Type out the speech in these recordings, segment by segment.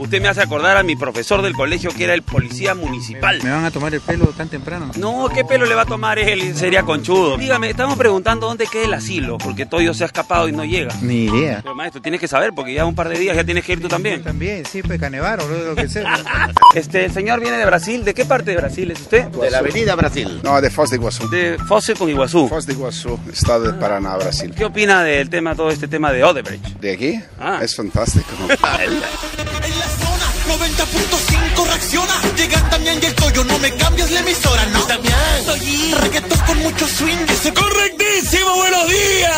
Usted me hace acordar a mi profesor del colegio que era el policía municipal. Me van a tomar el pelo tan temprano. No, ¿qué pelo le va a tomar él? Sería conchudo. Dígame, estamos preguntando dónde queda el asilo, porque Toyo se ha escapado y no llega. Ni idea. Pero maestro, tienes que saber, porque ya un par de días ya tienes que ir tú también. También, sí, pues Canevaro, lo que sea. Este, el señor viene de Brasil. ¿De qué parte de Brasil es usted? De la Avenida Brasil. No, de Foz de Iguazú. De Foz con Iguazú. Foz de Iguazú, estado de Paraná, Brasil. ¿Qué opina del tema, todo este tema de Odebrecht? ¿De aquí? Ah. Es fantástico. En la zona 90.5 reacciona. Llega Damián y el Toyo, no me cambias la emisora, no. Damián, soy reggaetón con mucho swing. que se- ¡Correctísimo! ¡Buenos días!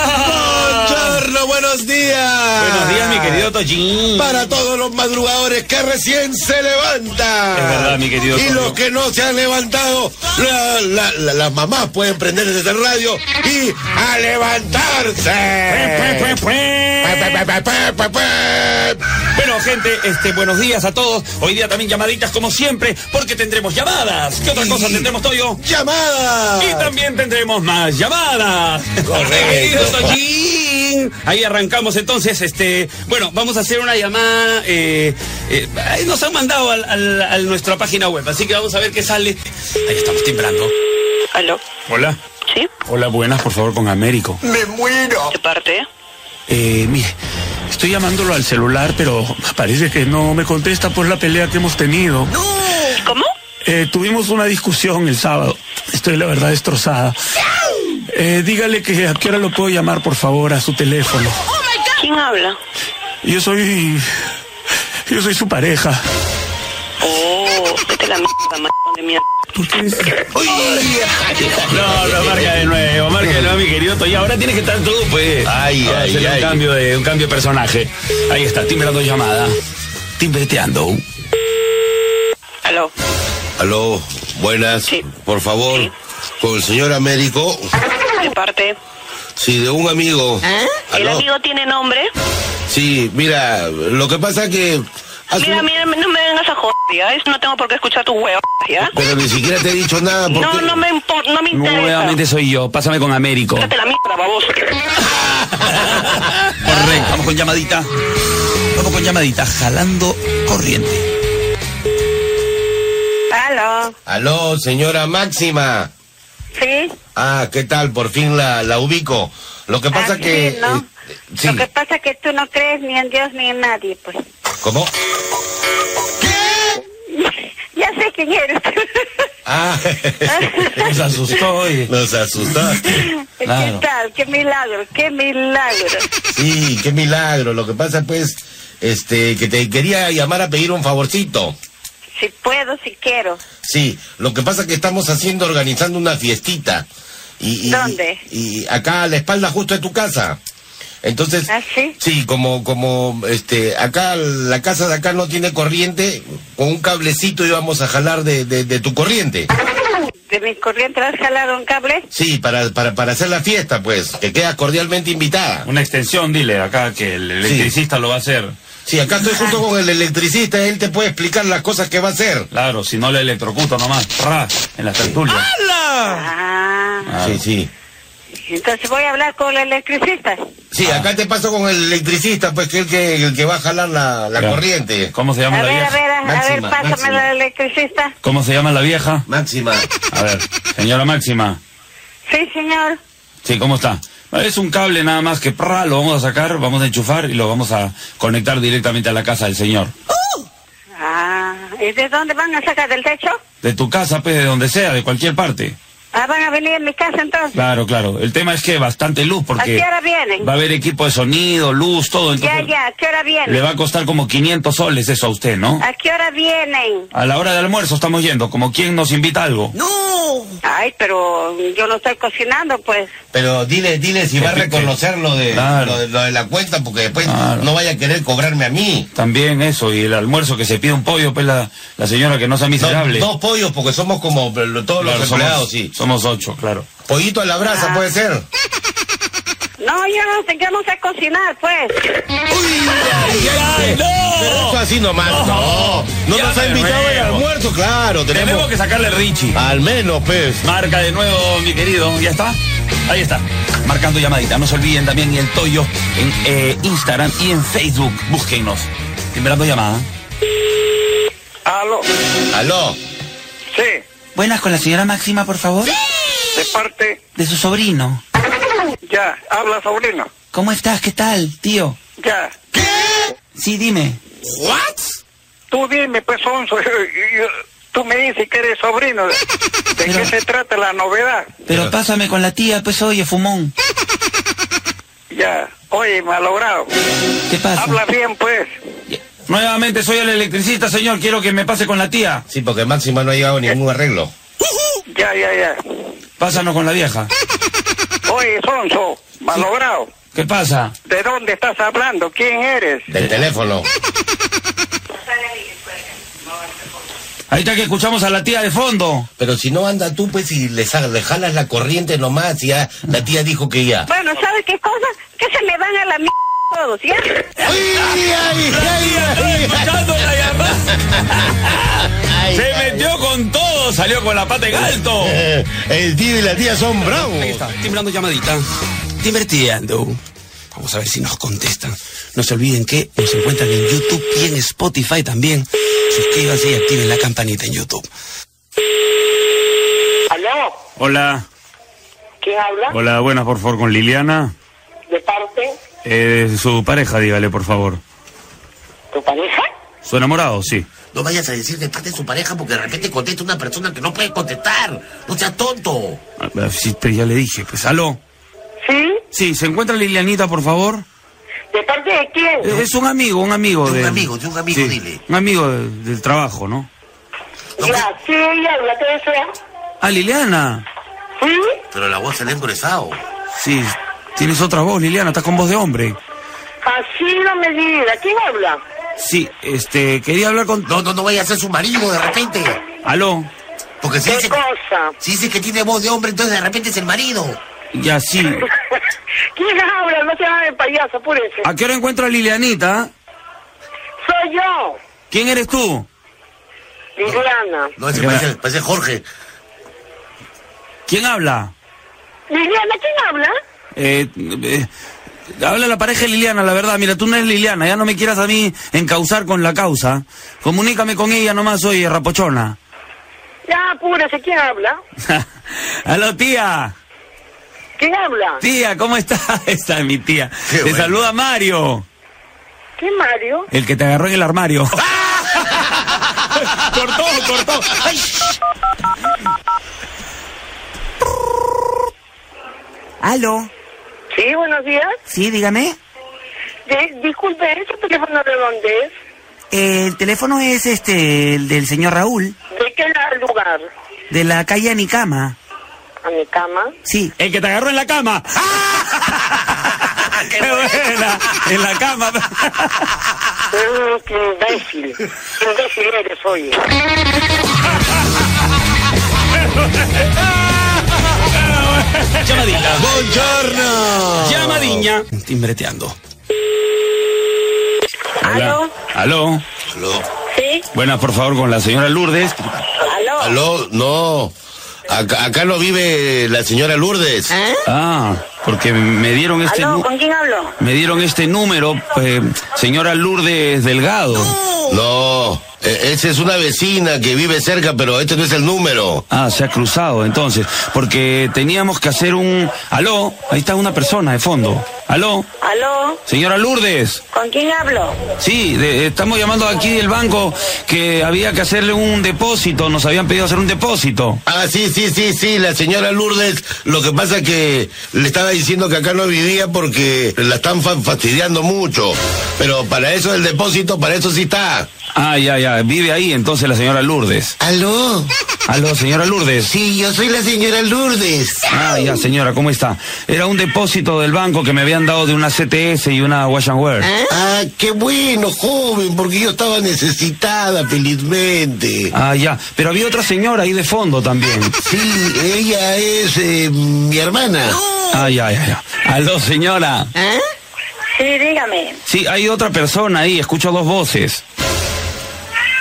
Buongiorno, buenos días. Buenos días, mi querido Toyin. Para todos los madrugadores que recién se levantan. Es verdad, mi querido Y Toño. los que no se han levantado, la- la- la- las mamás pueden prender desde el radio y a levantarse. Pa, pa, pa, pa, pa, pa. Bueno, gente, este, buenos días a todos. Hoy día también llamaditas como siempre, porque tendremos llamadas. ¿Qué otra cosa tendremos, Toyo? Llamada. Y también tendremos más llamadas. Correcto. Querido Toyin. Ahí arrancamos entonces, este, bueno, vamos a hacer una llamada. eh, eh, ahí nos han mandado al- al- a nuestra página web, así que vamos a ver qué sale. Ahí estamos timbrando. ¿Aló? Hola. ¿Sí? Hola, buenas, por favor, con Américo. Me muero. ¿De parte? Eh, mire, estoy llamándolo al celular, pero parece que no me contesta por la pelea que hemos tenido. ¿Cómo? Eh, tuvimos una discusión el sábado. Estoy la verdad destrozada. Eh, dígale que a qué hora lo puedo llamar, por favor, a su teléfono. ¿Quién habla? Yo soy. Yo soy su pareja. Oh, vete a la mierda, maricón de mierda. ¿Por qué es- No, no, marca de nuevo, marca de nuevo, mi querido Toya. Ahora tienes que estar tú, pues. Ay, Ahora ay, será ay. Un cambio, de, un cambio de personaje. Ahí está, timbrando llamada. Timbreteando. ¿Aló? Aló, buenas. Sí. Por favor, Sí. con el señor Américo. ¿De parte? Sí, de un amigo. ¿El Aló. amigo tiene nombre? Sí, mira, lo que pasa que... hace Mira, un- mira, no me vengas a joder, ¿ya? Eso no tengo por qué escuchar tus huevos, ¿ya? Pero ni siquiera te he dicho nada porque... No, no me importa, no me interesa. Nuevamente soy yo. Pásame con Américo. Vete a la mierda, baboso. Correcto, vamos con llamadita. Vamos con llamadita, jalando corriente. ¿Aló? Aló, señora Máxima. ¿Sí? Ah, ¿qué tal? Por fin la, la ubico. Lo que pasa Ah, sí, que... ¿no? eh, sí, Lo que pasa es que tú no crees ni en Dios ni en nadie, pues. ¿cómo? ya sé quién eres. Ah, Nos asustó, oye. nos asustaste. ¿Qué tal? ¡Qué milagro! ¡Qué milagro! Sí, qué milagro. Lo que pasa pues, este, que te quería llamar a pedir un favorcito. Si puedo, si quiero. Sí, lo que pasa que estamos haciendo, organizando una fiestita. Y, y- ¿Dónde? Y acá a la espalda justo de tu casa. Entonces, ¿Ah, sí? como, como, este, acá la casa de acá no tiene corriente, con un cablecito íbamos a jalar de, de, de tu corriente. ¿De mi corriente vas a jalar un cable? Sí, para, para, para hacer la fiesta, pues, que quedas cordialmente invitada. Una extensión, dile acá que el electricista lo va a hacer. Sí, acá estoy junto Ah. con el electricista, él te puede explicar las cosas que va a hacer. Claro, si no le electrocuta nomás, ra, en las tertulias. Ah, Sí, sí. entonces voy a hablar con el electricista. Sí, Ah. acá te paso con el electricista, pues, que es el que, el que va a jalar la, la Claro. corriente. ¿Cómo se llama A la ver, a vieja? ver, a, a ver, Máxima, pásame máxima. al electricista. ¿Cómo se llama la vieja? Máxima. A ver, señora Máxima. Sí, señor. Sí, ¿cómo está? Es un cable nada más que pra, lo vamos a sacar, vamos a enchufar y lo vamos a conectar directamente a la casa del señor. Ah, ¿y de dónde van a sacar del techo? De tu casa, pues, de donde sea, de cualquier parte. Ah, van a venir en mi casa entonces. Claro, claro. El tema es que bastante luz porque ¿A qué hora vienen? va a haber equipo de sonido, luz, Ya, todo. Entonces ya, ¿a qué hora le vienen? va a costar como 500 soles eso a usted, ¿no? ¿A qué hora vienen? A la hora del almuerzo estamos yendo, como quien nos invita a algo. Ay, pero yo no estoy cocinando, pues. Pero dile, dile si va a reconocer lo de, Claro. lo, de- lo de la cuenta, porque después Claro. no vaya a querer cobrarme a mí. También eso, y el almuerzo que se pide un pollo, pues la, la señora que no sea Do- miserable. dos pollos, porque somos como lo- todos Claro, los somos- empleados, sí. Somos ocho, claro. Pollito a la brasa, puede ser. No, yo no sé, yo no sé cocinar, pues. Pero eso así nomás, no. No Ya nos ha me invitado al veo. almuerzo, claro. Tenemos, Tenemos que sacarle Richie. al menos, pues. Marca de nuevo, mi querido. ¿Ya está? Ahí está. Marcando llamadita. No se olviden también y el Toyo en eh, Instagram y en Facebook. Búsquenos. Timbrando llamada. Aló, Aló. sí, Buenas con la señora Máxima, por favor. de parte, De su sobrino. ya, habla sobrino, ¿Cómo estás? ¿Qué tal, tío? ya. Sí, dime. Tú dime, pues, Onzo, yo- yo- tú me dices que eres sobrino. ¿De Pero- qué se trata la novedad? Pero pásame con la tía, pues oye, fumón. Ya, oye, malogrado, ¿Qué pasa? habla bien, pues. Nuevamente soy el electricista, señor. Quiero que me pase con la tía. Sí, porque Máxima no ha llegado a ningún arreglo. Ya, ya, ya. Pásanos con la vieja. Oye, Sonso, malogrado, ¿Qué pasa? ¿de dónde estás hablando? ¿Quién eres? Del teléfono. Ahí está que escuchamos a la tía de fondo. Pero si no anda tú, pues, y le, sa- le jalas la corriente nomás, y ya la tía dijo que ya. Bueno, ¿sabe qué cosa? Que se me van a la mierda todos, ¿ya? Matando la llamada. Se metió con todo, salió con la pata en alto. Eh, el tío y la tía son bravos. Ahí está, timbrando llamadita. Divertiendo. Vamos a ver si nos contestan. No se olviden que nos encuentran en YouTube y en Spotify también. Suscríbanse y activen la campanita en YouTube. Aló, Hola, ¿quién habla? hola, buenas, por favor, con Liliana. ¿De parte? Eh, su pareja, dígale, por favor. ¿Tu pareja? ¿Su enamorado? Sí. No vayas a decir que estás de su pareja porque de repente contesta una persona que no puede contestar. No seas tonto. Ah, ah, Sí, pero ya le dije, pues, aló. Sí, Sí, ¿se encuentra Lilianita, por favor? ¿de parte de quién? Eh, Es un amigo, un amigo. De un del- amigo, de un amigo, Sí, dile. Un amigo de- del trabajo, ¿no? No, pues, Ya, sí, ella habla, ¿qué desea? Ah, Liliana. ¿Sí? Pero la voz se le ha engrosado. Sí, tienes otra voz, Liliana, estás con voz de hombre. Así no me diga, ¿quién habla? Sí, este, quería hablar con... No, no, no vaya a ser su marido de repente. Aló. Porque si ¿Qué dice, cosa? si dice que tiene voz de hombre, entonces de repente es el marido. Ya, sí. ¿Quién habla? No se haga de payaso, apúrese. ¿A qué hora encuentra a Lilianita? Soy yo, ¿Quién eres tú? Liliana. No, ese parece, parece Jorge. ¿Quién habla? Liliana, ¿quién habla? Eh, eh, habla la pareja de Liliana, la verdad. Mira, tú no eres Liliana, ya no me quieras a mí encauzar con la causa. Comunícame con ella nomás, oye, rapochona. Ya, apúrese, ¿quién habla? Aló, tía. ¿Quién habla? Tía, ¿cómo estás? Esta es mi tía. Qué Te bueno. saluda Mario, ¿Qué Mario? el que te agarró en el armario. cortó, cortó. Ay. ¿Aló? Sí, buenos días. Sí, dígame. De- disculpe, ¿ese teléfono de dónde es? Eh, El teléfono es este, el del señor Raúl, ¿De qué la- lugar? de la calle Anicama. ¿A mi cama? Sí. El que te agarró en la cama. ¡Qué buena! En la cama. Mm, ¡Qué imbécil! ¡Qué imbécil eres, oye! Llamadita. Buongiorno. Oh. Llamadiña. Timbreteando. ¿Aló? Aló. Aló, ¿Sí? Buenas, por favor, con la señora Lourdes. ¿Aló? aló, no. Acá, acá no vive la señora Lourdes. Ah, porque me dieron este ¿Eh? ¿Aló? nu- ¿Con quién hablo? me dieron este número, eh, señora Lourdes Delgado. No, e- esa es una vecina que vive cerca, pero este no es el número. Ah, se ha cruzado entonces, porque teníamos que hacer un aló. Ahí está una persona de fondo. Aló, ¿Aló? señora Lourdes. ¿Con quién hablo? Sí, de- estamos llamando aquí del banco que había que hacerle un depósito. Nos habían pedido hacer un depósito. Ah, sí, sí, sí, sí, la señora Lourdes, lo que pasa que le estaba diciendo que acá no vivía porque la están fa- fastidiando mucho. Pero para eso del depósito, para eso sí está. Ah, ya, ya. Vive ahí entonces la señora Lourdes. ¿Aló? Aló, señora Lourdes. Sí, yo soy la señora Lourdes. Ah, ya, señora, ¿cómo está? Era un depósito del banco que me habían dado de una CTS y una Wash and Wear. Ah, qué bueno, joven, porque yo estaba necesitada, felizmente. Ah, ya. Pero había otra señora ahí de fondo también. Sí, ella es eh, mi hermana. Ah, ya, ya, ya. Aló, señora. Sí, dígame. Sí, hay otra persona ahí, escucho dos voces.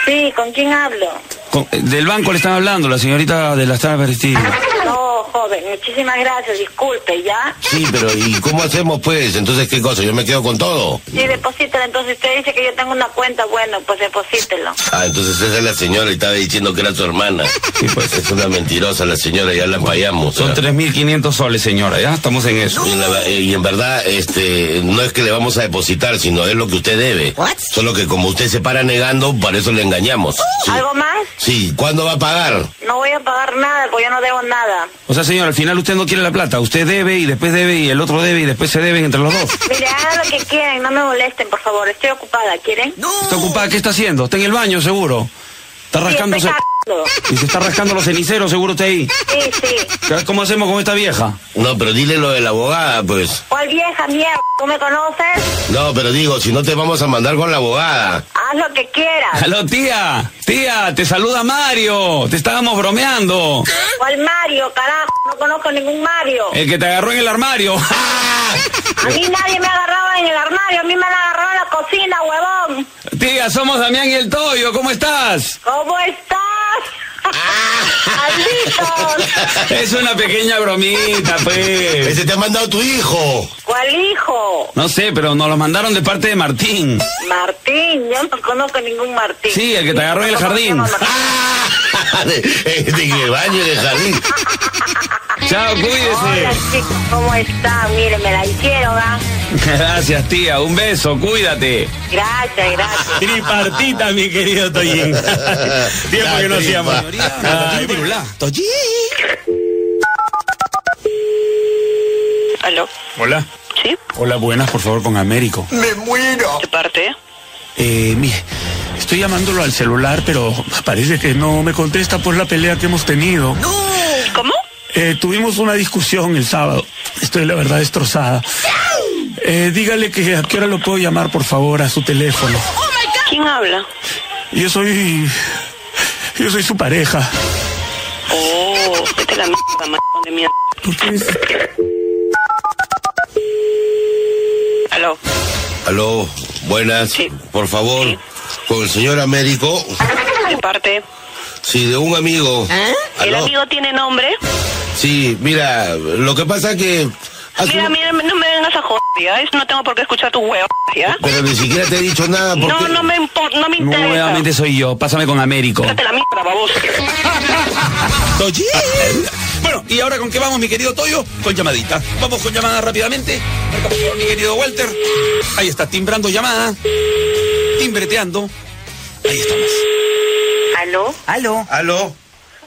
Sí, ¿con quién hablo? Con- eh, del banco le están hablando, la señorita de las Traverstinas. No, joven. Muchísimas gracias, disculpe, ¿ya? Sí, pero ¿y cómo hacemos pues? Entonces, ¿qué cosa? Yo me quedo con todo. Sí, deposítela. Entonces usted dice que yo tengo una cuenta, bueno, pues deposítelo. Ah, entonces esa es la señora y estaba diciendo que era su hermana. Y pues es una mentirosa la señora, ya la fallamos. Son ¿no? 3.500 soles, señora, ya estamos en eso. Y en, la- eh, y en verdad, este, no es que le vamos a depositar, sino es lo que usted debe. Solo que como usted se para negando, para eso le engañamos. Sí. ¿Algo más? Sí, ¿cuándo va a pagar? No voy a pagar nada, porque yo no debo nada. O sea, señor, al final usted no quiere la plata. Usted debe y después debe y el otro debe y después se deben entre los dos. Mire, hagan lo que quieran, no me molesten, por favor. Estoy ocupada, ¿quieren? No. Está ocupada, ¿qué está haciendo? Está en el baño, seguro. Está rascándose. Y se está rascando los ceniceros, seguro usted ahí. Sí, sí. ¿Cómo hacemos con esta vieja? No, pero dile lo de la abogada, pues. ¿Cuál vieja mierda? ¿Tú me conoces? No, pero digo, si no te vamos a mandar con la abogada. Haz lo que quieras. Aló, tía. Tía, te saluda Mario. Te estábamos bromeando. ¿Cuál Mario? Carajo, no conozco ningún Mario. El que te agarró en el armario. A mí nadie me ha agarrado en el armario, a mí me han agarrado en la cocina, huevón. tía, somos Damián y el Toyo. ¿Cómo estás? ¿Cómo estás? ¡Malditos! Es una pequeña bromita, pues. Ese te ha mandado tu hijo. ¿Cuál hijo? No sé, pero nos lo mandaron de parte de Martín. Martín, yo no conozco ningún Martín. Sí, el que te agarró en el jardín. Ah, de, de que baño de jardín. Chao, Hola, cuídese. chicos, ¿cómo están? Mire, me la hicieron, ¿ah? Gracias, tía. Un beso, cuídate. Gracias, gracias. Tripartita, mi querido Toyín. Tiempo que no hacíamos. Ah, Ay, ¿Aló? Hola. ¿Sí? Hola, buenas, por favor, con Américo. ¿De parte? Eh, mire, estoy llamándolo al celular, pero parece que no me contesta por la pelea que hemos tenido. ¿Cómo? Eh, tuvimos una discusión el sábado. Estoy, la verdad, destrozada. Eh, dígale que a qué hora lo puedo llamar, por favor, a su teléfono. ¿Quién habla? Yo soy. Yo soy su pareja. Oh, vete a la mierda, maricón de mierda. ¿Por qué es? ¿Aló? Aló, buenas. Sí. Por favor, Sí. con el señor Américo. ¿De parte? Sí, de un amigo. ¿Eh? ¿El Aló. amigo tiene nombre? Sí, mira, lo que pasa que... Ah, hace Mira, un- mira, no me vengas a joder, ¿ya? Es- No tengo por qué escuchar tu huevo, ¿ya? Pero ni siquiera te he dicho nada porque... No, no me importa, no me interesa. Nuevamente soy yo. Pásame con Américo. Ah, Vete a la mierda, baboso. Bueno, ¿y ahora con qué vamos, mi querido Toyo? Con llamadita. Vamos con llamada rápidamente. Marca, por favor, mi querido Walter. Ahí está, timbrando llamada. Timbreteando. Ahí estamos. ¿Aló? Aló, Aló,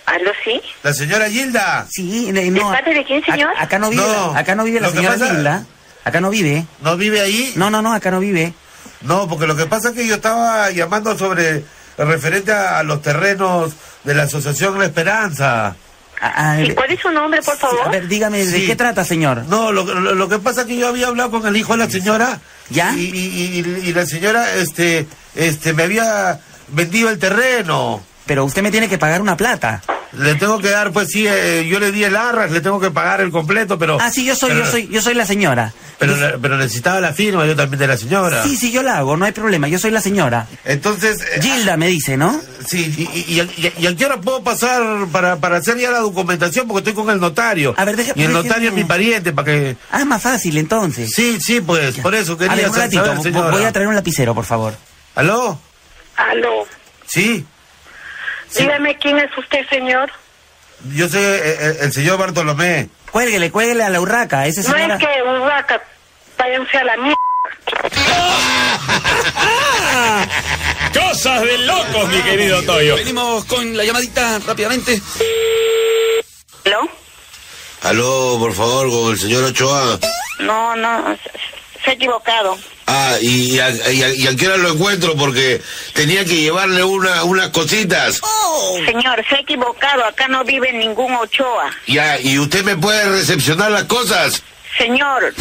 ¿Aló, sí? la señora Gilda. sí, eh, no. ¿De parte de quién, señor? Ac- acá no vive, No, acá no vive la lo que señora pasa- Gilda. Acá no vive. ¿No vive ahí? No, no, no, acá no vive. No, porque lo que pasa es que yo estaba llamando sobre referente a, a los terrenos de la Asociación La Esperanza. A- a- ¿Y cuál es su nombre, por sí, a favor? ver, dígame, ¿de Sí. qué trata, señor? No, lo, lo- lo que pasa es que yo había hablado con el hijo de la señora. ¿Ya? Y, y- y- y la señora este, este, me había vendido el terreno. Pero usted me tiene que pagar una plata. Le tengo que dar, pues sí, eh, yo le di el arras, le tengo que pagar el completo, pero... Ah, sí, yo soy, pero- yo soy, yo soy la señora. Pero, Yo- la- pero necesitaba la firma yo también de la señora. Sí, sí, yo la hago, no hay problema, yo soy la señora. Entonces... eh, Gilda me dice, ¿no? Sí, y, y, y, y- y a qué hora puedo pasar para, para hacer ya la documentación? Porque estoy con el notario. A ver, deja- y el deja- notario es mi pariente, para que... Ah, más fácil, entonces. Sí, sí, pues, por eso a quería ver, un hacer ratito, saber, vo- señora. voy a traer un lapicero, por favor. ¿Aló? ¿Aló? Sí, Dígame quién es usted, señor. yo soy eh, eh, el, señor Bartolomé. Cuélguele, cuélguele a la urraca, ese No señora... es que un vaca, váyanse a la mierda. Cosas de locos, mi querido Toyo. Venimos con la llamadita rápidamente. ¿Aló? Aló, por favor, con el señor Ochoa. No, no, se- se ha equivocado. Ah, y, y, a, y a- y a qué hora lo encuentro? Porque tenía que llevarle una, unas cositas. Señor, se ha equivocado. Acá no vive ningún Ochoa. Ya, ¿y usted me puede recepcionar las cosas? Señor,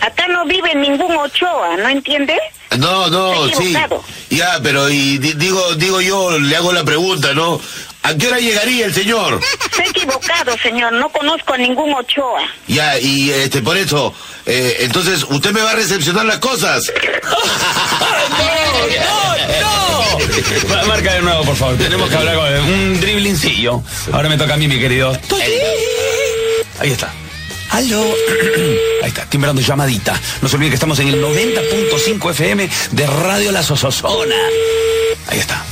acá no vive ningún Ochoa, ¿no entiende? No, no, Estoy sí. equivocado. Ya, pero y di- digo, digo yo, le hago la pregunta, ¿no? ¿A qué hora llegaría el señor? Se ha equivocado, señor. No conozco a ningún Ochoa. Ya, y este, por eso, eh, entonces, ¿usted me va a recepcionar las cosas? Ma- Marca de nuevo, por favor. Tenemos que hablar con un driblincillo. Ahora me toca a mí, mi querido. Toyo. Ahí está. Aló. Ahí está, timbrando llamadita. No se olvide que estamos en el 90.5 FM de Radio La Sososona. Ahí está.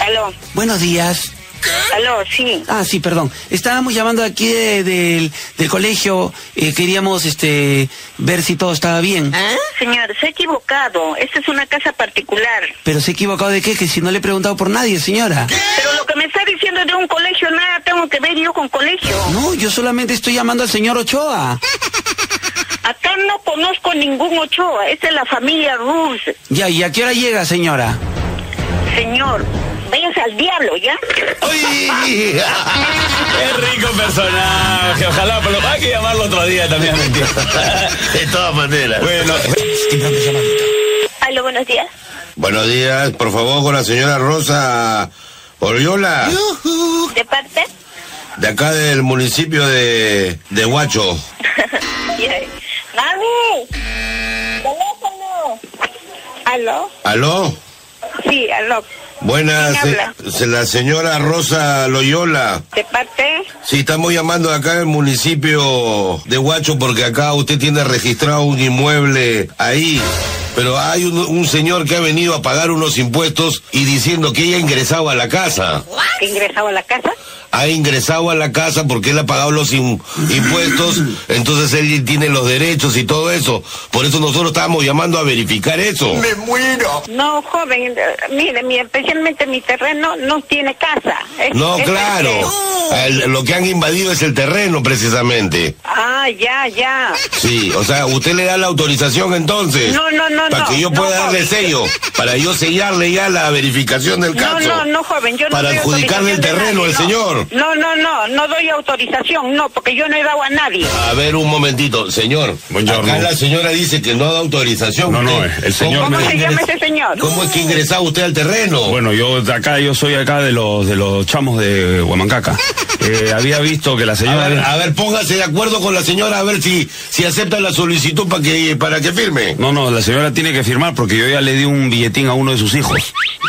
Aló, Buenos días. aló, sí. Ah, sí, perdón. Estábamos llamando aquí de- del, del colegio. eh, queríamos este, ver si todo estaba bien. Señor, se ha equivocado. Esta es una casa particular. Pero se ha equivocado de qué, que si no le he preguntado por nadie, señora. Pero lo que me está diciendo de un colegio, nada tengo que ver yo con colegio. No, yo solamente estoy llamando al señor Ochoa. Acá no conozco ningún Ochoa. Esta es la familia Ruz. Ya, ¿y a qué hora llega, señora? Señor, váyase al diablo, ¿ya? ¡Ay! ¡Qué rico personaje! Ojalá, pero hay que llamarlo otro día también, mentira. De todas maneras. Bueno, timbrando llamadita. Aló, buenos días. Buenos días, por favor, con la señora Rosa Oriola, ¿De parte? de acá del municipio de, de Huacho. ¡Mami! ¡Teléfono! ¿Aló? ¿Aló? Sí, aló. Buenas, ¿Quién se- habla? se- la señora Rosa Loyola. ¿De parte? Sí, estamos llamando acá al municipio de Huacho porque acá usted tiene registrado un inmueble ahí. Pero hay un, un señor que ha venido a pagar unos impuestos y diciendo que ella ha ingresado a la casa. ¿Que ingresaba a la casa? Ha ingresado a la casa porque él ha pagado los im- impuestos, entonces él tiene los derechos y todo eso. Por eso nosotros estábamos llamando a verificar eso. No, joven, eh, mire, mi- especialmente mi terreno no tiene casa. Es- No, es- claro. El- lo que han invadido es el terreno, precisamente. Ah, ya, ya. Sí, o sea, usted le da la autorización entonces. No, no, no, Para no, que yo no, pueda darle joven. sello, para yo sellarle ya la verificación del No, caso. no, no, joven, yo no Para doy adjudicarle el autorización de terreno al nadie, no. señor. No, no, no, no doy autorización, no, porque yo no he dado a nadie. A ver, un momentito, señor. Buongiorno. Acá la señora dice que no da autorización. No, no, Usted, el señor ¿Cómo ¿Cómo, se llama ese señor? cómo es que ingresaba usted al terreno? Bueno, yo de acá, yo soy acá de los de los chamos de Huamancaca. Eh, había visto que la A señora. ver, a ver, póngase de acuerdo con la señora a ver si, si acepta la solicitud para que, para que firme. No, no, la señora tiene que firmar porque yo ya le di un billetín a uno de sus hijos.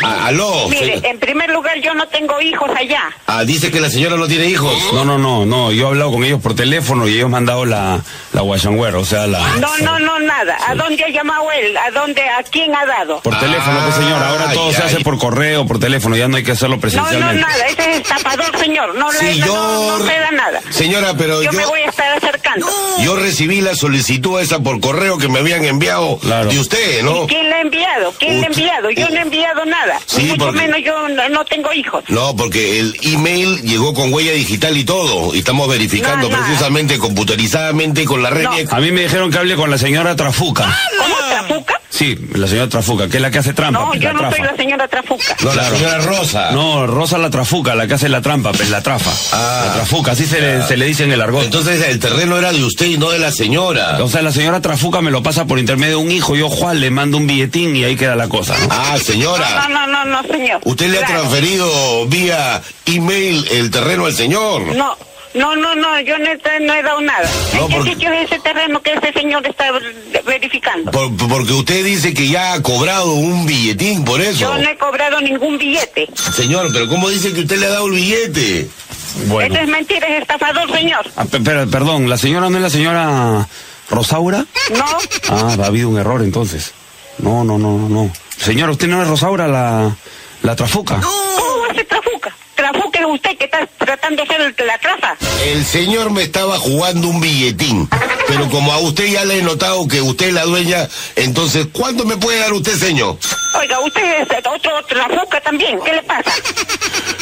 A- Ah, aló. Mire, se- en primer lugar, yo no tengo hijos allá. ah, dice que la señora no tiene hijos. No, no, no, no. Yo he hablado con ellos por teléfono y ellos me han dado la, la guayangüera, o sea, la. No, no, no, nada. ¿A dónde ha llamado él? ¿A dónde, a quién ha dado? Por teléfono, pues señora. Ahora Ay, todo se ay. hace por correo, por teléfono, ya no hay que No, hacerlo no, presencialmente. nada. Ese es estafador, señor. No, le Sí, no, yo- no me da nada. Señora, pero Yo me voy a estar acercando. Yo recibí la solicitud esa por correo que me habían enviado Claro. de usted, ¿no? ¿Quién le ha enviado? ¿Quién le ha Usted- Oh. enviado? Yo no he enviado nada. Sí, Mucho porque- menos yo no, no tengo hijos. No, porque el email llegó con huella digital y todo, y estamos verificando No, no. precisamente computarizadamente con la red. No. vieja. A mí me dijeron que hable con la señora Trafuca. ¿Cómo Trafuca? Sí, la señora Trafuca, que es la que hace trampa. No, pues, yo la no soy trafa. la señora Trafuca. No, la Claro. señora Rosa. No, Rosa la trafuca, la que hace la trampa, pues la trafa. Ah. la trafuca, así se le, se le dice en el argot. Entonces el terreno era de usted y no de la señora. o sea, la señora trafuca me lo pasa por intermedio de un hijo, yo Juan le mando un billetín y ahí queda la cosa. ¿no? Ah, No, señora. no, no, no, señor. Usted le ha Claro. transferido vía email el terreno al señor. No, no, no, no, yo no he, tra- no he dado nada. No, ¿En qué porque- sitio es ese terreno que ese señor está ver- verificando? Por- porque usted dice que ya ha cobrado un billetín por eso. Yo no he cobrado ningún billete. Señor, pero ¿cómo dice que usted le ha dado el billete? Bueno. Eso es mentira, es estafador, señor. Ah, pe- pero, perdón, ¿la señora no es la señora Rosaura? No, Ah, ha habido un error entonces. No, no, no, no, no. Señora, ¿usted no es Rosaura la, la trafuca? ¿cómo hace trafuca? Trafuca es usted que está tratando de hacer la traza. El señor me estaba jugando un billetín, pero como a usted ya le he notado que usted es la dueña, entonces, ¿cuánto me puede dar usted, señor? Oiga, usted es otro trafuca también, ¿qué le pasa?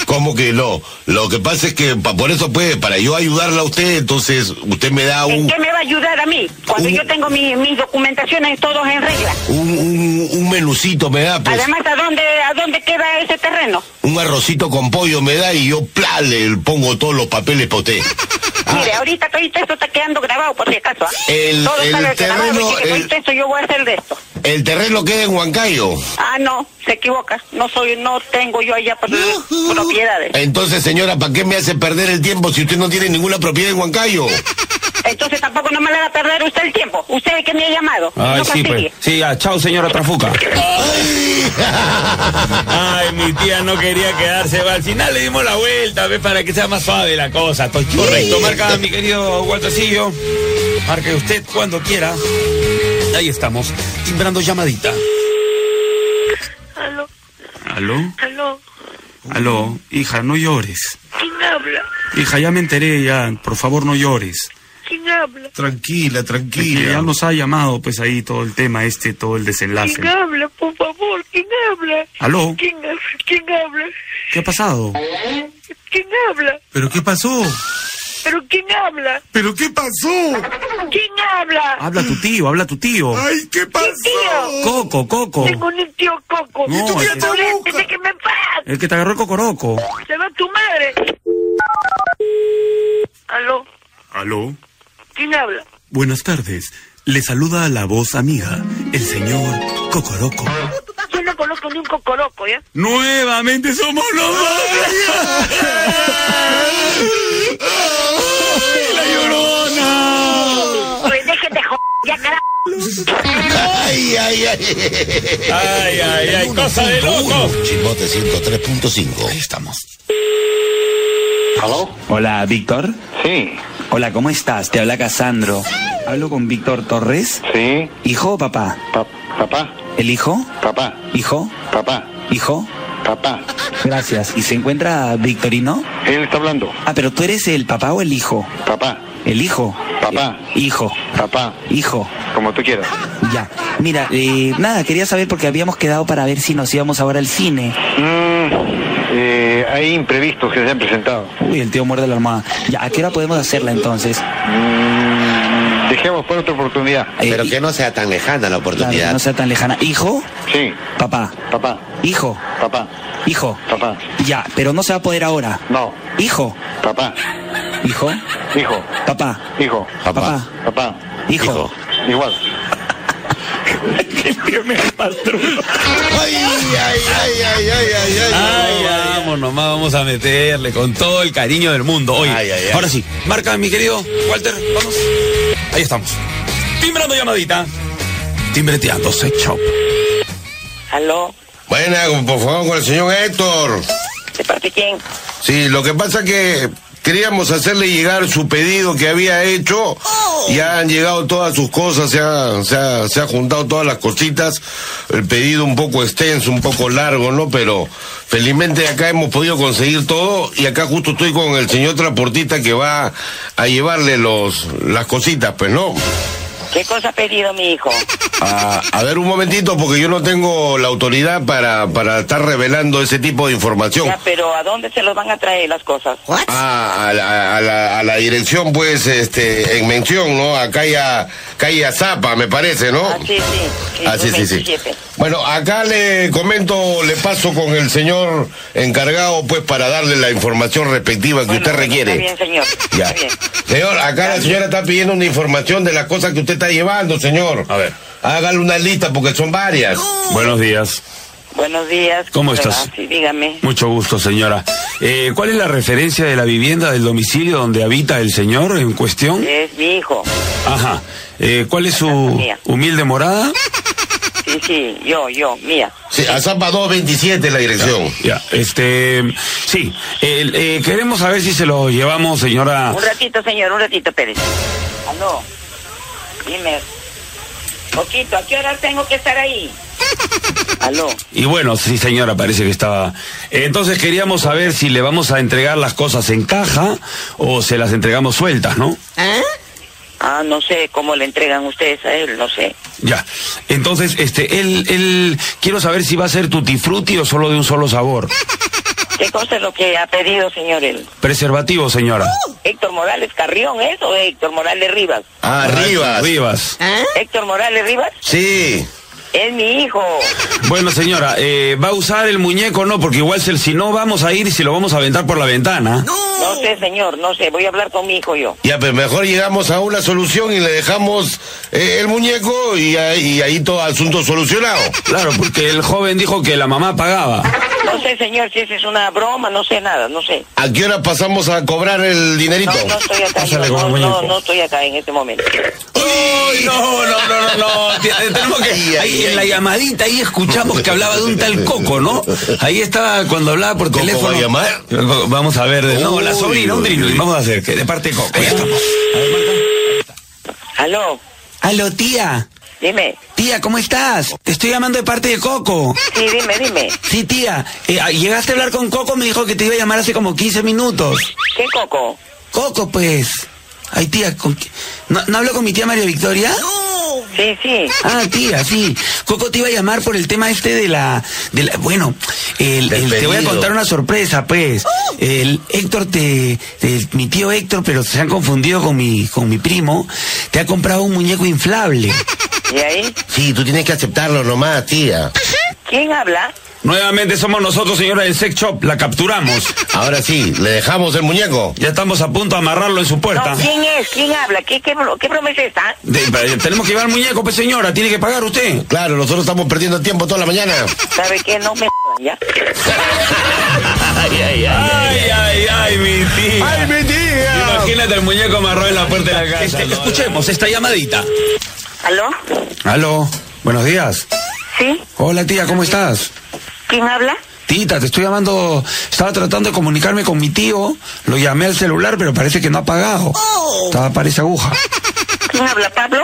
¿Cómo que no? Lo que pasa es que pa- por eso puede, para yo ayudarla a usted, entonces usted me da ¿En un, qué me va a ayudar a mí? Cuando un- yo tengo mi- mis documentaciones todos en regla. un, un, un menucito, me da, pues, Además, ¿a dónde, ¿a dónde queda ese terreno? un arrocito con pollo me da y yo, pla, le pongo todos los papeles para usted. Mire, ahorita todo esto está quedando grabado, por si acaso. ¿ah? Ah. El- todo el está grabado, terreno, así que todo el- esto yo voy a hacer de esto. El terreno queda en Huancayo. Ah, no, se equivoca. No soy, no tengo yo allá pro- propiedades. Entonces, señora, ¿para qué me hace perder el tiempo si usted no tiene ninguna propiedad en Huancayo? Entonces tampoco no me le va a perder usted el tiempo. Usted es que me ha llamado. Ay, no sí, pues. fastidia. Sí, ya, chao, señora Trafuca. Ay, mi tía no quería quedarse. va. Al final le dimos la vuelta, ¿ves? Para que sea más suave la cosa. Estoy Pues, Correcto, correcto, marca mi querido Waltercillo. Marque usted cuando quiera. Ahí estamos, timbrando llamadita. Aló, ¿Aló? aló, ¿Aló? Hija, no llores. ¿quién habla? Hija, ya me enteré, ya. Por favor, no llores. ¿Quién habla? Tranquila, tranquila. Ya nos ha llamado, pues, ahí todo el tema este, todo el desenlace. ¿Quién habla? Por favor, ¿quién habla? ¿Aló? ¿Quién, habla? ¿Quién habla? ¿Qué ha pasado? ¿Quién habla? ¿Pero qué pasó? ¿Pero quién habla? ¿Pero qué pasó? ¿Quién habla? Habla tu tío, habla tu tío. Ay, ¿qué pasó? Coco, Coco. Tengo un tío Coco. No, ¿Y tu tía Por eso, desde que me vas, El que te agarró el cocoroco. se va tu madre. Aló, ¿Aló? ¿quién habla? Buenas tardes. Le saluda a la voz amiga, el señor Cocoroco. Yo no conozco ni un cocoroco, ¿ya? Nuevamente somos los ¡La llorona! Pues déjate joder, ya carajo. Ay, ay, ay. Ay, ay, ay, cosa de loco. Chimbote 103.5. Ahí estamos. ¿Aló? Hola, Víctor. Sí. Hola, ¿cómo estás? Te habla Casandro. Hablo con Víctor Torres. Sí. ¿Hijo o papá? papá. ¿El hijo? Papá. ¿Hijo? Papá. ¿Hijo? Papá. Gracias. ¿Y se encuentra Victorino? Él está hablando. Ah, pero tú eres el papá o el hijo? Papá. ¿El hijo? Papá. Hijo. Papá. Hijo. Como tú quieras. Ya. Mira, eh, nada, quería saber porque habíamos quedado para ver si nos íbamos ahora al cine. Mm, eh, hay imprevistos que se han presentado. Uy, el tío muerde la almohada. Ya, ¿a qué hora podemos hacerla entonces? Mm, Dejemos por otra oportunidad. Pero que no sea tan lejana la Claro, oportunidad. no sea tan lejana. ¿Hijo? Sí. Papá. Papá. Hijo. Papá. Hijo. Papá. Ya, pero no se va a poder ahora. No. Hijo. Papá. Hijo. Hijo. Papá. Hijo. Papá. Papá. Hijo. Igual. Ay, ay, ay, ay, ay, ay, ay. Ay, vamos nomás, vamos a meterle con todo el cariño del mundo. Oye, ahora sí, marca mi querido Walter, vamos. Ahí estamos. Timbrando llamadita. Timbreteando, sex shop. Aló. Buena, por favor, con el señor Héctor. ¿De parte quién? Sí, lo que pasa que queríamos hacerle llegar su pedido que había hecho. Ya han llegado todas sus cosas, se ha, se, ha- se ha juntado todas las cositas. El pedido un poco extenso, un poco largo, ¿no? Pero felizmente acá hemos podido conseguir todo y acá justo estoy con el señor transportista que va a llevarle los, las cositas, pues, ¿no? ¿Qué cosa ha pedido mi hijo? Ah, a ver un momentito, porque yo no tengo la autoridad para, para estar revelando ese tipo de información. Ya, pero ¿a dónde se los van a traer las cosas? Ah, a la, a la- a la dirección, pues, este, en mención, ¿no? A calle, calle Zapa, me parece, ¿no? Ah, sí, sí. Ah, sí, sí, sí. 27. Bueno, acá le comento, le paso con el señor encargado, pues, para darle la información respectiva que usted requiere. Está bien, señor. Ya. Señor, acá la señora está pidiendo una información de las cosas que usted está llevando, señor. A ver. Hágale una lista porque son varias. Buenos días. Buenos días. ¿Cómo le estás? va? Sí, dígame. Mucho gusto, señora. Eh, ¿Cuál es la referencia de la vivienda del domicilio donde habita el señor en cuestión? Es mi hijo. Ajá. Eh, ¿Cuál es su mía. humilde morada? Sí, sí, yo, yo, mía. Sí, a Zapa 227 la dirección. Ya, este, sí, el, eh, queremos saber si se lo llevamos, señora. Un ratito, señor, un ratito, Pérez. Aló. Dime. Poquito, ¿a qué hora tengo que estar ahí? Aló. Y bueno, sí, señora, parece que estaba. Entonces queríamos saber si le vamos a entregar las cosas en caja o se las entregamos sueltas, ¿no? ¿Ah? Ah, no sé cómo le entregan ustedes a él, no sé. Ya. Entonces, este, él, él, quiero saber si va a ser tutti frutti o solo de un solo sabor. ¿Qué cosa es lo que ha pedido, señor, él? Preservativo, señora. Héctor Morales Carrión, ¿es o Héctor Morales Rivas? Ah, Rivas. Rivas. ¿Eh? Héctor Morales Rivas Sí. es mi hijo. Bueno, señora, eh, ¿va a usar el muñeco o no? Porque igual si, si no vamos a ir y si lo vamos a aventar por la ventana. No sé, señor, no sé. Voy a hablar con mi hijo yo. Ya, pero mejor llegamos a una solución y le dejamos eh, el muñeco y, ahí- y ahí todo asunto solucionado. Claro, porque el joven dijo que la mamá pagaba. No sé, señor, si esa es una broma, no sé nada, no sé. ¿A qué hora pasamos a cobrar el dinerito? No, no estoy acá. Pásale yo, con el no, no, muñeco. no estoy acá en este momento. ¡Ay, no, no, no, no, no! Te- te- Tenemos que. Ahí, en la llamadita ahí escuchamos que hablaba de un tal Coco, ¿no? Ahí estaba cuando hablaba por teléfono. va a Vamos a ver. de- no, Uy, la sobrina, un uy, dribbling. uy. Vamos a hacer que de parte de Coco. Aló. Aló, tía. Dime. Tía, ¿cómo estás? Te estoy llamando de parte de Coco. Sí, dime, dime. Sí, tía. Eh, ah, llegaste a hablar con Coco, me dijo que te iba a llamar hace como 15 minutos. ¿Qué Coco? Coco, pues. Ay, tía, ¿con qué- ¿No, no hablo con mi tía María Victoria? Sí, sí. Ah, tía, sí. Coco te iba a llamar por el tema este de la... De la bueno, el- el- te voy a pedido. contar una sorpresa, pues. Uh. El Héctor te, te- Mi tío Héctor, pero se han confundido con mi, con mi primo, te ha comprado un muñeco inflable. ¿Y ahí? Sí, tú tienes que aceptarlo nomás, tía. ¿Quién habla? Nuevamente somos nosotros, señora del Sex Shop. La capturamos. Ahora sí, le dejamos el muñeco. Ya estamos a punto de amarrarlo en su puerta. No, ¿Quién es? ¿Quién habla? ¿Qué, qué, bro- qué promesa es esta? De- pero tenemos que llevar el muñeco, pues señora, tiene que pagar usted. Claro, nosotros estamos perdiendo tiempo toda la mañana. ¿Sabe qué? No me ya. Ay, ay, ay. Ay, ay, ay, mi tía. Ay, mi tía. Imagínate el muñeco amarrado en la puerta de la casa. Este, escuchemos esta llamadita. ¿Aló? Aló, buenos días. ¿Sí? Hola tía, ¿cómo estás? ¿Quién habla? Tita, te estoy llamando. Estaba tratando de comunicarme con mi tío. Lo llamé al celular, pero parece que no ha pagado. Oh. Estaba parece aguja. ¿Quién habla? ¿Pablo?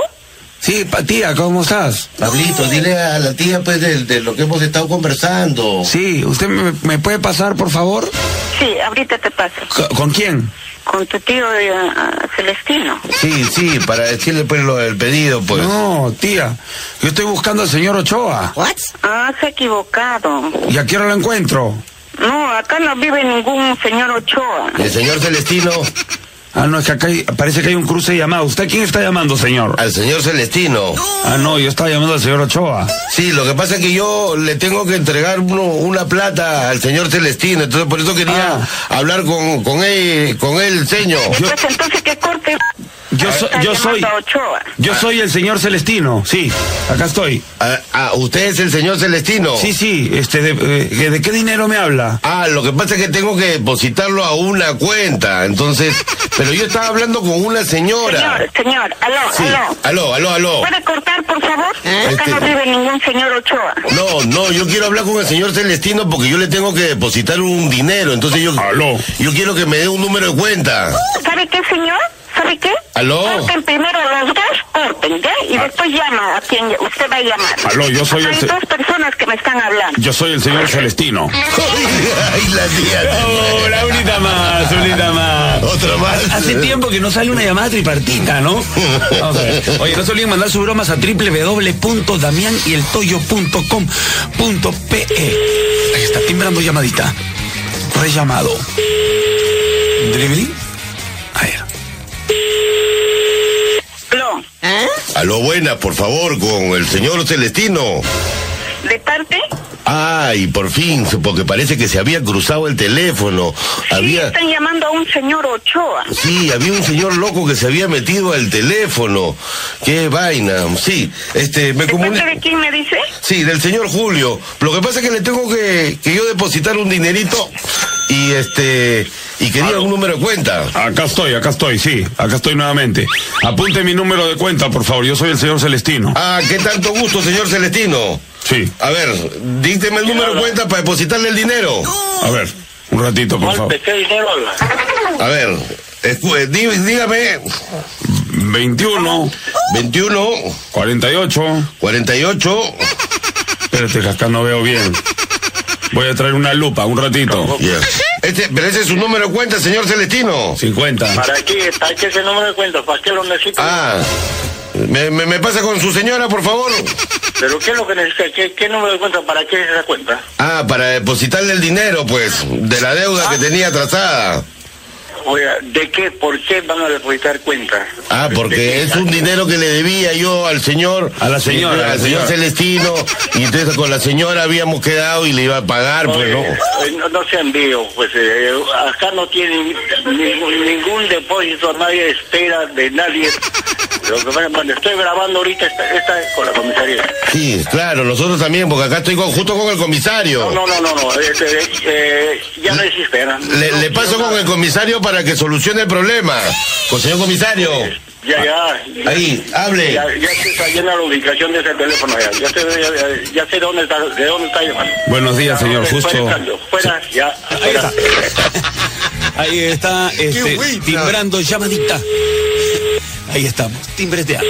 Sí, pa- tía, ¿cómo estás? Pablito, dile a la tía pues de, de lo que hemos estado conversando. Sí, ¿usted me, me puede pasar, por favor? Sí, ahorita te paso. Co- ¿Con quién? Con tu tío eh, ah, Celestino. Sí, sí, para decirle pues lo del pedido, pues. No, tía. Yo estoy buscando al señor Ochoa. Ah, se ha equivocado. ¿Y a qué hora lo encuentro? No, acá no vive ningún señor Ochoa. El señor Celestino. Ah, no, es que acá hay- parece que hay un cruce de llamada. ¿Usted quién está llamando, señor? Oh. Al señor Celestino. Ah, no, yo estaba llamando al señor Ochoa. Sí, lo que pasa es que yo le tengo que entregar uno- una plata al señor Celestino, entonces por eso quería hablar con, con él, con él, señor. Pues entonces que corte. Yo, so- Está yo llamando soy... a Ochoa. Yo soy el señor Celestino, sí, acá estoy. Ah, ah, usted es el señor Celestino. Sí, sí, este, de, eh, ¿de qué dinero me habla? Ah, lo que pasa es que tengo que depositarlo a una cuenta, entonces, pero yo estaba hablando con una señora. Señor, señor, aló, Sí. aló. Aló, aló, aló. ¿Puede cortar, por favor? Acá Este- no vive ningún señor Ochoa. No, no, yo quiero hablar con el señor Celestino porque yo le tengo que depositar un dinero, entonces yo yo quiero que me dé un número de cuenta. ¿Sabe qué, señor? ¿Sabe qué? Aló. Corten primero los dos, corten, ¿ya? Y después llama a quien usted va a llamar. Aló, yo soy el Hay se- dos personas que me están hablando. Yo soy el señor Celestino. Ay, la tía. Hola, unita más, unita más. Otra más. Hace tiempo que no sale una llamada tripartita, ¿no? Vamos a ver. Oye, no se olviden mandar sus bromas a www.damianyeltoyo.com.pe Ahí está, timbrando llamadita. Rellamado. ¿Dribbling? A ver. Aló, Aló, buena, por favor, con el señor Celestino. ¿de parte? Ay, por fin, porque parece que se había cruzado el teléfono. Sí, Había. están llamando a un señor Ochoa. Sí, había un señor loco que se había metido al teléfono. Qué vaina. Sí, este, me ¿De parte comunico. de quién me dice? Sí, del señor Julio. Lo que pasa es que le tengo que, que yo depositar un dinerito y este y quería un número de cuenta. Acá estoy, acá estoy, sí, acá estoy nuevamente. Apunte mi número de cuenta, por favor, yo soy el señor Celestino. Ah, qué tanto gusto, señor Celestino. Sí, A ver, dígame el número de cuenta para depositarle el dinero. a ver, un ratito, por favor. ¿Qué dinero habla? A ver, escu- eh, dí- dígame. 21, 21, 48, 48. espérate que acá no veo bien. Voy a traer una lupa, un ratito. Ya. Este, pero ese es su número de cuenta, señor Celestino. 50. ¿Para qué? ¿Para qué ese número de cuenta? ¿Para qué lo necesita? Ah, me, me- me pasa con su señora, por favor. ¿Pero qué es lo que necesita? ¿Qué, qué número de cuenta? ¿Para qué es esa cuenta? Ah, para depositarle el dinero, pues, de la deuda que tenía atrasada. Oiga, ¿de qué? ¿Por qué van a depositar cuenta? Ah, porque es un dinero que le debía yo al señor. A la señora, eh, a la Al señor señora. Celestino. Y entonces con la señora habíamos quedado y le iba a pagar, pues, Oye, ¿no? eh, no, no se envío, pues eh, acá no tienen ningún, ningún depósito, nadie espera de nadie Lo que pasa es que cuando estoy grabando ahorita esta, esta con la comisaría. Sí, claro, nosotros también, porque acá estoy con- justo con el comisario. No, no, no, no. este, eh, ya no existe. ¿verdad? Le, le paso con el comisario para que solucione el problema. Con señor comisario. Ya, ya. Ahí, hable. Ya, ya se está llena la ubicación de ese teléfono ya. Ya sé, ya, ya- ya sé dónde está, de dónde está llamando. Buenos días, señor. Fuera, Justo. Fuera, ya. Fuera. Ahí está este, timbrando llamadita. Ahí estamos, timbreteando.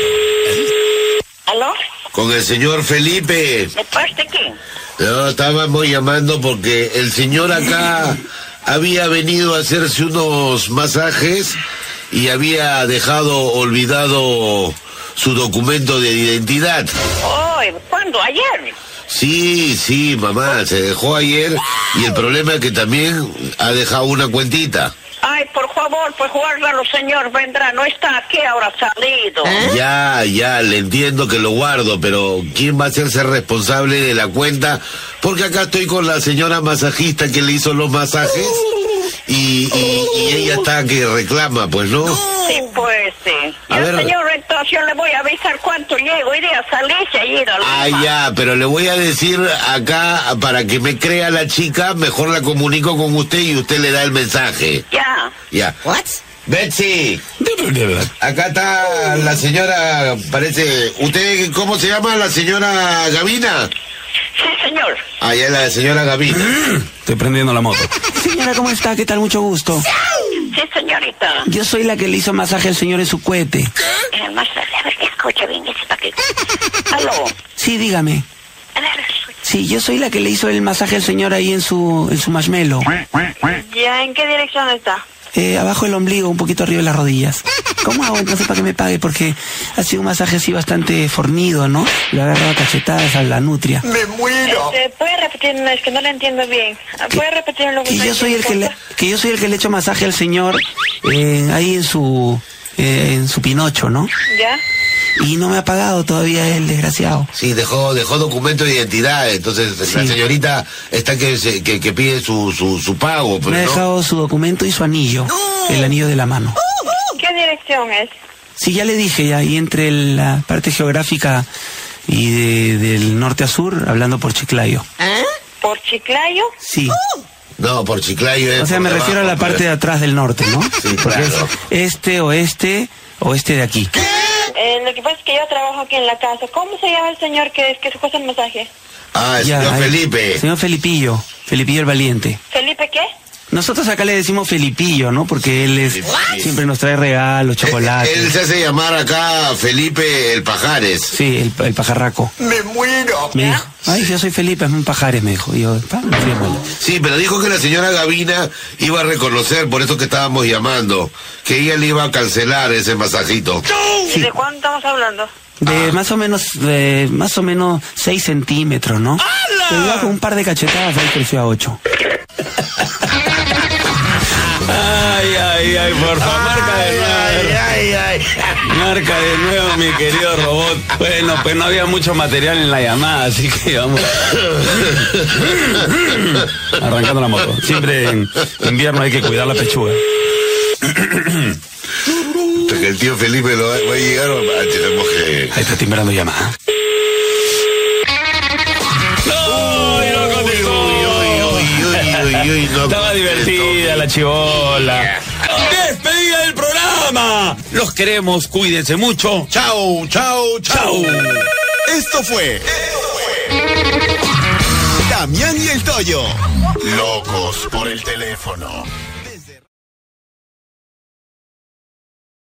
¿Aló? Con el señor Felipe. ¿De parte quién? No, estábamos llamando porque el señor acá había venido a hacerse unos masajes y había dejado olvidado su documento de identidad. Hoy, ¿cuándo? Ayer. Sí, sí, mamá, se dejó ayer y el problema es que también ha dejado una cuentita. Ay, por favor, pues guárdalo, señor. Vendrá, no está aquí, ahora salido. Ah. Ya, ya, le entiendo que lo guardo, pero ¿quién va a hacerse responsable de la cuenta? Porque acá estoy con la señora masajista que le hizo los masajes y, y- y ella está que reclama, pues, ¿no? Sí, pues sí. A Ya, ver. señor, entonces yo le voy a avisar cuánto llego. Iré a salir y a ir al... Ah, ya, pero le voy a decir acá, para que me crea la chica, mejor la comunico con usted y usted le da el mensaje. Ya. Ya. ¿What? Betsy. Acá está la señora, parece, ¿usted cómo se llama la señora Gavina? Sí, señor. Ah, ya la señora Gavina. Estoy prendiendo la moto. Señora, ¿cómo está? ¿Qué tal? Mucho gusto. Sí, señorita. Yo soy la que le hizo masaje al señor en su cohete. Eh, más tarde, a ver, escucha bien ese paquete. Aló. Sí, dígame. Sí, yo soy la que le hizo el masaje al señor ahí en su, en su marshmallow. ¿Ya en qué dirección está? Eh, abajo el ombligo, un poquito arriba de las rodillas. ¿Cómo hago entonces para que me pague? Porque ha sido un masaje así bastante fornido, ¿no? Lo ha agarrado a cachetadas a la nutria. Me muero. Este, ¿Puede repetir? No, Es que no lo entiendo bien. Ah, ¿Puede repetir lo que Que yo soy el que le, que yo soy el que le echo masaje al señor eh, ahí en su, eh, en su pinocho, ¿no? ¿Ya? Y no me ha pagado todavía el desgraciado. Sí, dejó, dejó documento de identidad, entonces la señorita está que, se- que, que pide su, su, su pago, me ha pero no. dejado su documento y su anillo, el anillo de la mano. ¿Qué dirección es? Sí, ya le dije, ya, ahí entre la parte geográfica y de- del norte a sur, hablando por Chiclayo. ¿Eh? ¿Por Chiclayo? Sí. No, por Chiclayo es O sea, por me abajo, refiero a la pero- parte de atrás del norte, ¿no? Sí, Porque claro. es este, oeste, oeste de aquí. Eh, lo que pasa es que yo trabajo aquí en la casa. ¿Cómo se llama el señor que, que se puso el masaje? Ah, el Ya, señor ahí. Felipe. Señor Felipillo, Felipillo el Valiente. ¿Felipe qué? Nosotros acá le decimos Felipillo, ¿no? Porque él es, siempre nos trae regalos, chocolates. Él Eh, se hace llamar acá Felipe el Pajares. Sí, el, el pajarraco. Me muero. Me dijo, ay, yo soy Felipe, es un pajares, me dijo. Y yo, pa, me fui a moler. Sí, pero dijo que la señora Gavina iba a reconocer, por eso que estábamos llamando, que ella le iba a cancelar ese masajito. ¿Y de cuándo estamos hablando? De más o menos, de más o menos 6 centímetros, ¿no? Pero igual con un par de cachetadas ahí creció a 8. Ay, ay, ay, por favor, marca de nuevo. Ay, ay, Marca de nuevo, mi querido robot. Bueno, pues no había mucho material en la llamada, así que vamos. Arrancando la moto. Siempre en invierno hay que cuidar la pechuga. Hasta que el tío Felipe lo va, va a llegar, ah, tenemos que... Ahí está timbrando llamada. ¿eh? Estaba divertida la chivola. ¡Despedida del programa! Los queremos, cuídense mucho. Chao, chao, chao. Esto fue. Damián y el Toyo. Locos por el teléfono.